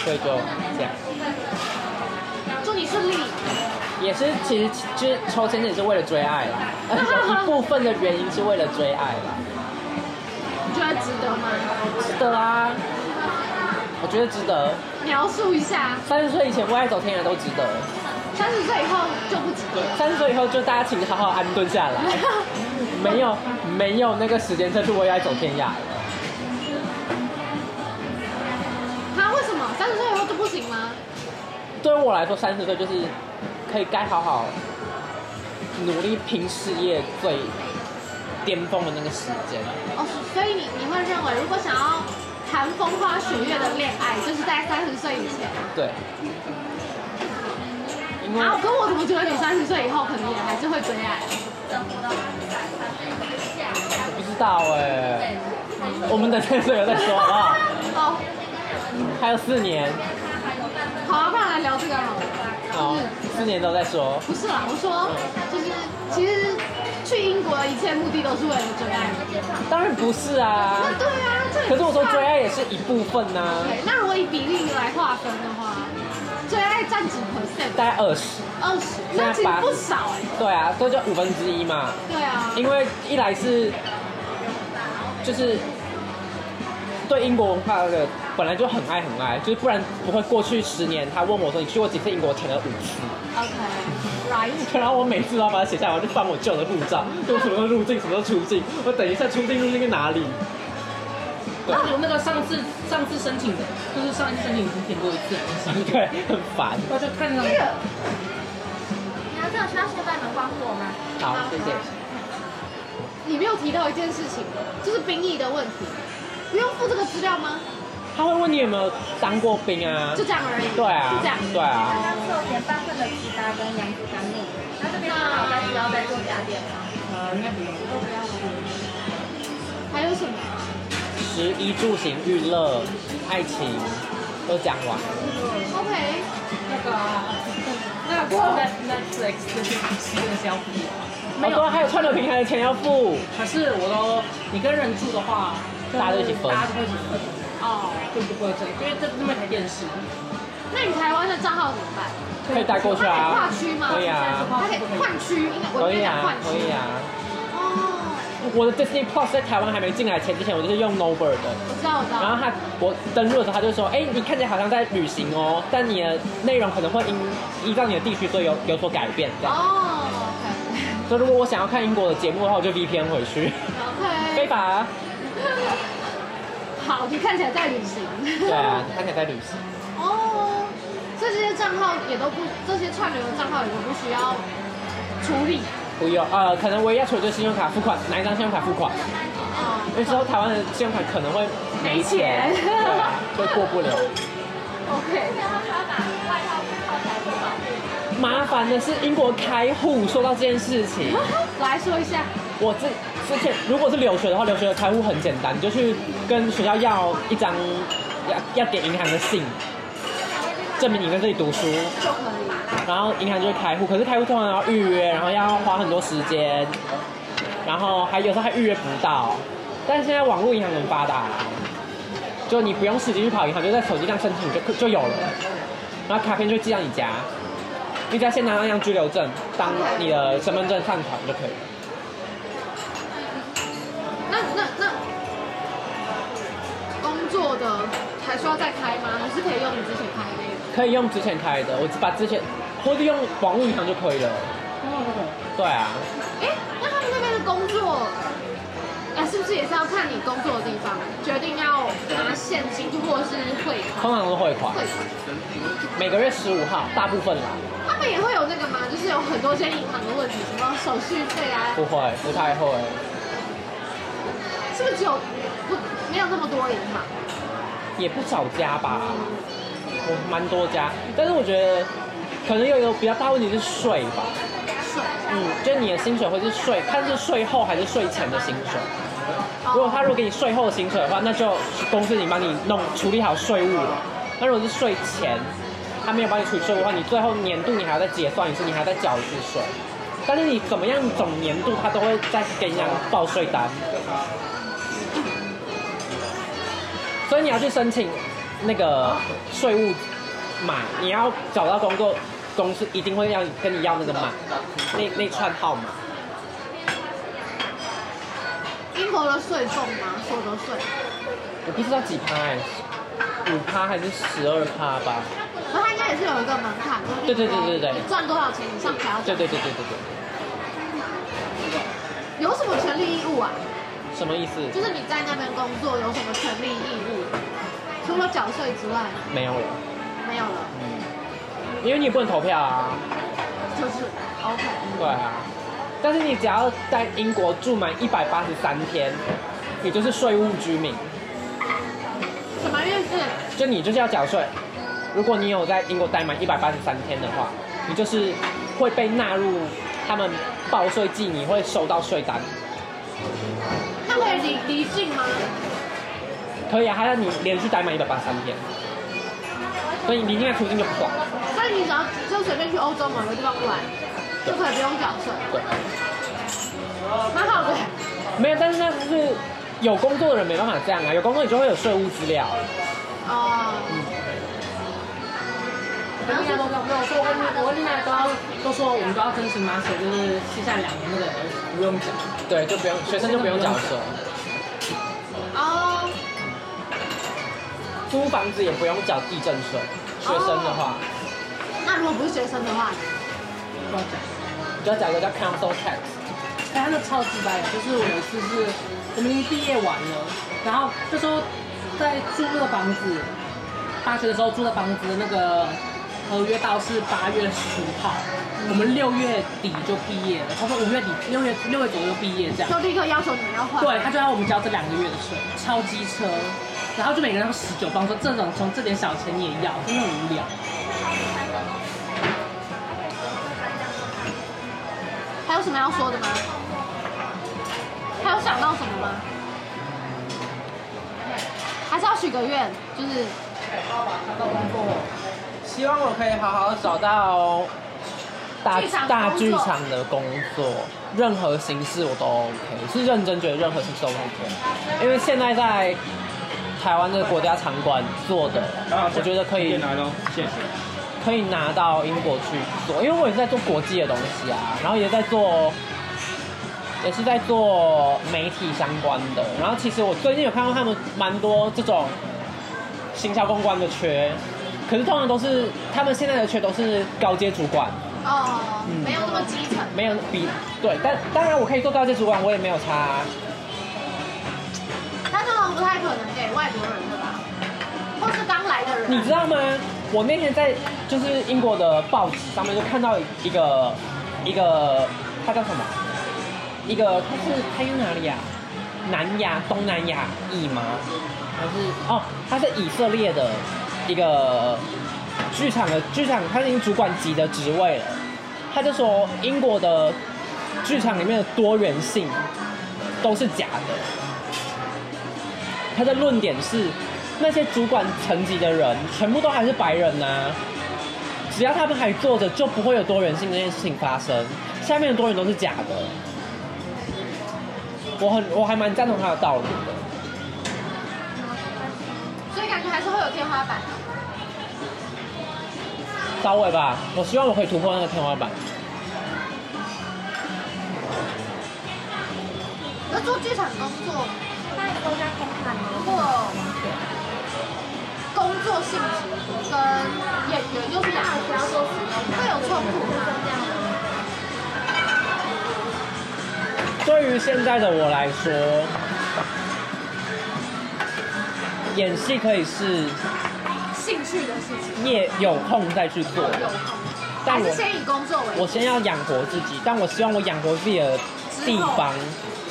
所以就这样，
祝你顺利。
也是其实就是抽签也是为了追爱啦，有一部分的原因是为了追爱啦，
你觉得值得吗？
值得啊，我觉得值得，
描述一下，
三十岁以前为爱走天涯都值得，
三十岁以后就不值得了。 啊
三十岁以后就大家请好好安顿下来，没有没有那个时间再去为爱走天涯了。
他为什么三十岁以后就不行吗？
对我来说，三十岁就是可以该好好努力拼事业最巅峰的那个时间。
哦，所以你你会认为，如果想要谈风花雪月的恋爱，就是在三十岁以前。
对，因为
啊，可我怎么觉得你三十岁以后可能也还是会追爱？
我不知道哎、我们等三十岁了再说好 不好？
哦，
还有四年，
好啊，不然来聊这个好了。嗯
好，四年之后再说。
不是啦，我说就是其实去英国的一切目的都是为了追爱。
当然不是啊，
那对啊，这也
可是我说
算
追爱也是一部分呐、啊，
对，那如果以比例来划分的话，最爱占几 percent？
大概二十。
二十，呃那其实不少哎、
对啊，所以就五分之一嘛。
对啊，
因为一来是就是对英国文化的本来就很爱很爱，就是不然不会过去十年，他问我说你去过几次英国，我填了五次，
，OK，right，
然后我每次都要把它写下来，我就翻我旧的护照，就什么时候入境，什么时候出境，我等一下出境入境去哪里，对
那有那个上次上次申请的，就是上一次申请已经填过一次了，
对，很烦。
然后就看上
这个，你要这个需要现在能光我吗？
好，谢谢。
你没有提到一件事情，就是兵役的问题，不用附这个资料吗？
他会问你有没有当过兵啊
就？这样而已，
对啊
就这样，，
对啊
刚，刚是有点半份的直达跟杨枝甘露，那这边是老家需要再做加点吗？
呃
还有什么？
食衣住行娱乐爱情都讲完了。
OK，
那个那个 Netflix 那些东西那些要付吗？
没
哦
有，还有串流平台的钱要付。
可是我都你跟人住的话，
大家都一起分
大家都会一起分，
哦，
就不会这样，因为这这边台电视，
那你台湾的账号怎么办？
可以带过去
它可以
啊
跨区吗？
可以啊
它可以换区，应该我
可
应
以
该讲
啊
换，
可以
区。
啊。
哦，
我的 Disney Plus 在台湾还没进来前之前，我就是用 Nover 的。
我知道，我知
然
道
后。他我登录的时候，他就说：“哎、你看起来好像在旅行哦，但你的内容可能会因依照你的地区所以有有所改变。”这样，
哦
所以如果我想要看英国的节目的话，我就 VPN 回去， 非
，OK，OK，
法。
好，你看起来在旅行。
对啊，看起来在旅行。
哦，所以这些账号也都不，这些串流的账号也都不需要处理。
不用，呃，可能唯一要求就是信用卡付款，哪一张信用卡付款？
啊、
因为之后台湾的信用卡可能会没钱，
没钱
对啊，就过 不了。
OK，
麻烦的是英国开户，说到这件事情，
来说一下，
我之之前如果是留学的话，留学的开户很简单，你就去跟学校要一张要要给银行的信，证明你在这里读书，
就可以。
然后银行就会开户。可是开户通常要预约，然后要花很多时间，然后还有时候还预约不到。但是现在网络银行很发达、就你不用实际去跑银行，就在手机上申请就就有了，然后卡片就寄到你家，你只要先拿那张居留证当你的身份证上传就可以了。
那那那工作的还需要再开吗？还是可以用你之前开的那个？
可以用之前开的，我只把之前或者用网络银行就可以了。对啊，
哎，那他们那边的工作，哎、是不是也是要看你工作的地方决定要拿现金或是汇款？
通常都汇款，
汇款，
每个月十五号，大部分啦，
他们也会有那个吗？就是有很多间银行的问题，什么手续费啊，
不会，不太会。
是不是只有不没有那么多银行？
也不少家吧，我蛮多家，但是我觉得可能有一个比较大问题是税吧，
税
嗯，就是你的薪水会是税，看是税后还是税前的薪水。如果他
哦
如果给你税后的薪水的话，那就公司已经帮你弄处理好税务了。那如果是税前，他没有帮你处理税务的话，你最后年度你还要再结算一次，你还要再缴一次税。但是你怎么样总年度，他都会再给你一张报税单。所以你要去申请那个税务码，你要找到工作公司一定会要你跟你要那个码，那那串号码。
英国的税重吗？所有的税？
我不知道几趴、欸，五趴还是十二趴吧？
可它应该也是有一个门槛，就是
对对对对对
你赚多少钱以上才要
对
缴。
对对对对对，
有什么权利义务啊？
什么意思？
就是你在那边工作有什么权利义务？除了缴税之外，
没有了，
没有了，
因为你也不能投票啊。
就是 OK。
对啊，但是你只要在英国住满一百八十三天，你就是税务居民，
什么意思？
就你就是要缴税。如果你有在英国待满一百八十三天的话，你就是会被纳入他们报税季，你会收到税单。
那可以离离境吗？
可以啊，还要你连续待满一百八十三天，所以你离境的途径就不爽。
所以你只要就随便去欧洲某个地方玩，就可以不用缴税，
对。
蛮好的。
没有，但是那就是有工作的人没办法这样啊，有工作你就会有税务资料，
哦，
我跟大家都没有说，我跟我跟丽娜都要都说，我们都要真心马水，就是剩下两年那个不用讲。
对，就不用学生就不用缴税，
哦，
租房子也不用缴地震税，学生的话
那如果不是学生的话，
不要讲。
你就要缴一个叫 council tax，
哎，他那超级白的，就是我有一次是我们已经毕业完了，然后那时候在租那个房子，大学的时候租的房子的那个合约到是八月十号，我们六月底就毕业了，差不多五月底六月六月左右就毕业这样。
就立刻要求你们要换。
对，他就要我们交这两个月的税，超机车，然后就每个人要十九磅，说这种从这点小钱也要，真的很无聊。
还有什么要说的吗？还有想到什么吗？还是要许个愿，就是
希望我可以好好找到大
剧场工作
大剧场的工作，任何形式我都 OK，是认真觉得任何形式都 OK，因为现在在台湾的国家场馆做的，
啊
我觉得可以
拿到，谢谢。
可以拿到英国去做，因为我也是在做国际的东西啊，然后也在做也是在做媒体相关的。然后其实我最近有看到他们蛮多这种行销公关的缺，可是通常都是他们现在的缺都是高阶主管，
哦，
嗯
没有那么基层，
没有比对。但当然我可以做高阶主管，我也没有差啊、
他通常不太可能给外国人的吧，或是刚来的人。
你知道吗？我那天在就是英国的报纸上面就看到一个一个，他叫什么？一个他是他是哪里啊？南亚东南亚裔吗？还是哦，他是以色列的一个剧场的剧场，他是已经主管级的职位了。他就说英国的剧场里面的多元性都是假的。他的论点是，那些主管层级的人全部都还是白人呐、只要他们还坐着，就不会有多元性这件事情发生。下面的多元都是假的。我很我还蛮赞同他的道理的，
所以感觉还是会有天花板的。
稍微吧，我希望我可以突破那个天花板。
那做剧场工作，
那你都在空谈吗？
如果工作性质跟演员又是两回事，会有冲突吗？
对于现在的我来说，演戏可以是
兴趣的事情，
业有空再去做，
有空，
但
还
我
是先以工作为
我先要养活自己，但我希望我养活自己的地方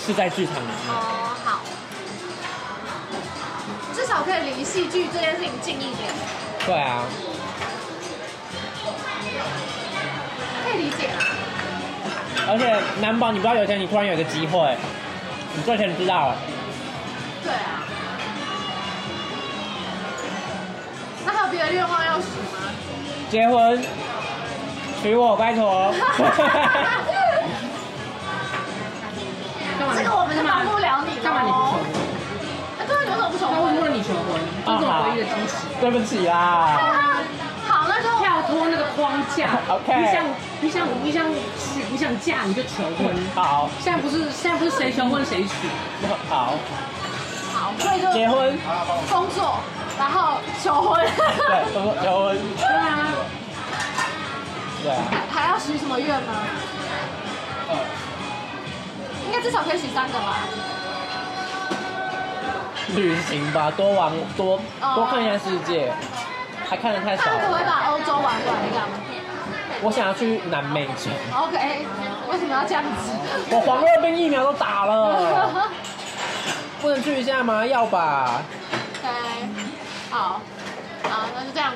是在剧场里面。
哦好，至少可以离戏剧这件事情近一点，
对啊，
可以理解啦。
而且难保你不知道有一天你突然有一个机会，你赚钱知道了，
对啊。那还有别的愿望要许吗？
结婚，娶我拜托。
干嘛你？
这个我们就帮不了你
干嘛你不求
喽。那对啊，你为什么不求
婚？那为
婚
什么？你求婚？这是我唯一的惊喜。
对不起啦，
啊好，那就
跳脱那个框架
OK
你想你想你想娶你想嫁你就求婚。
好，
现在不是现在不是谁求婚谁娶，
好，
好，所以就
结婚，
工作，然后求婚，
对，结婚，
对啊，
对啊，
还要许什么愿吗？
哦
应该至少可以许三个吧。
旅行吧，多玩多多看一下世界，还看的太少
哦看可不可以
了。
把欧洲玩完这样
我想要去南美洲，
？OK，为什么要这样子？
我黄热病疫苗都 打了，不能去一下吗？要吧。
OK，好，好，那就这样。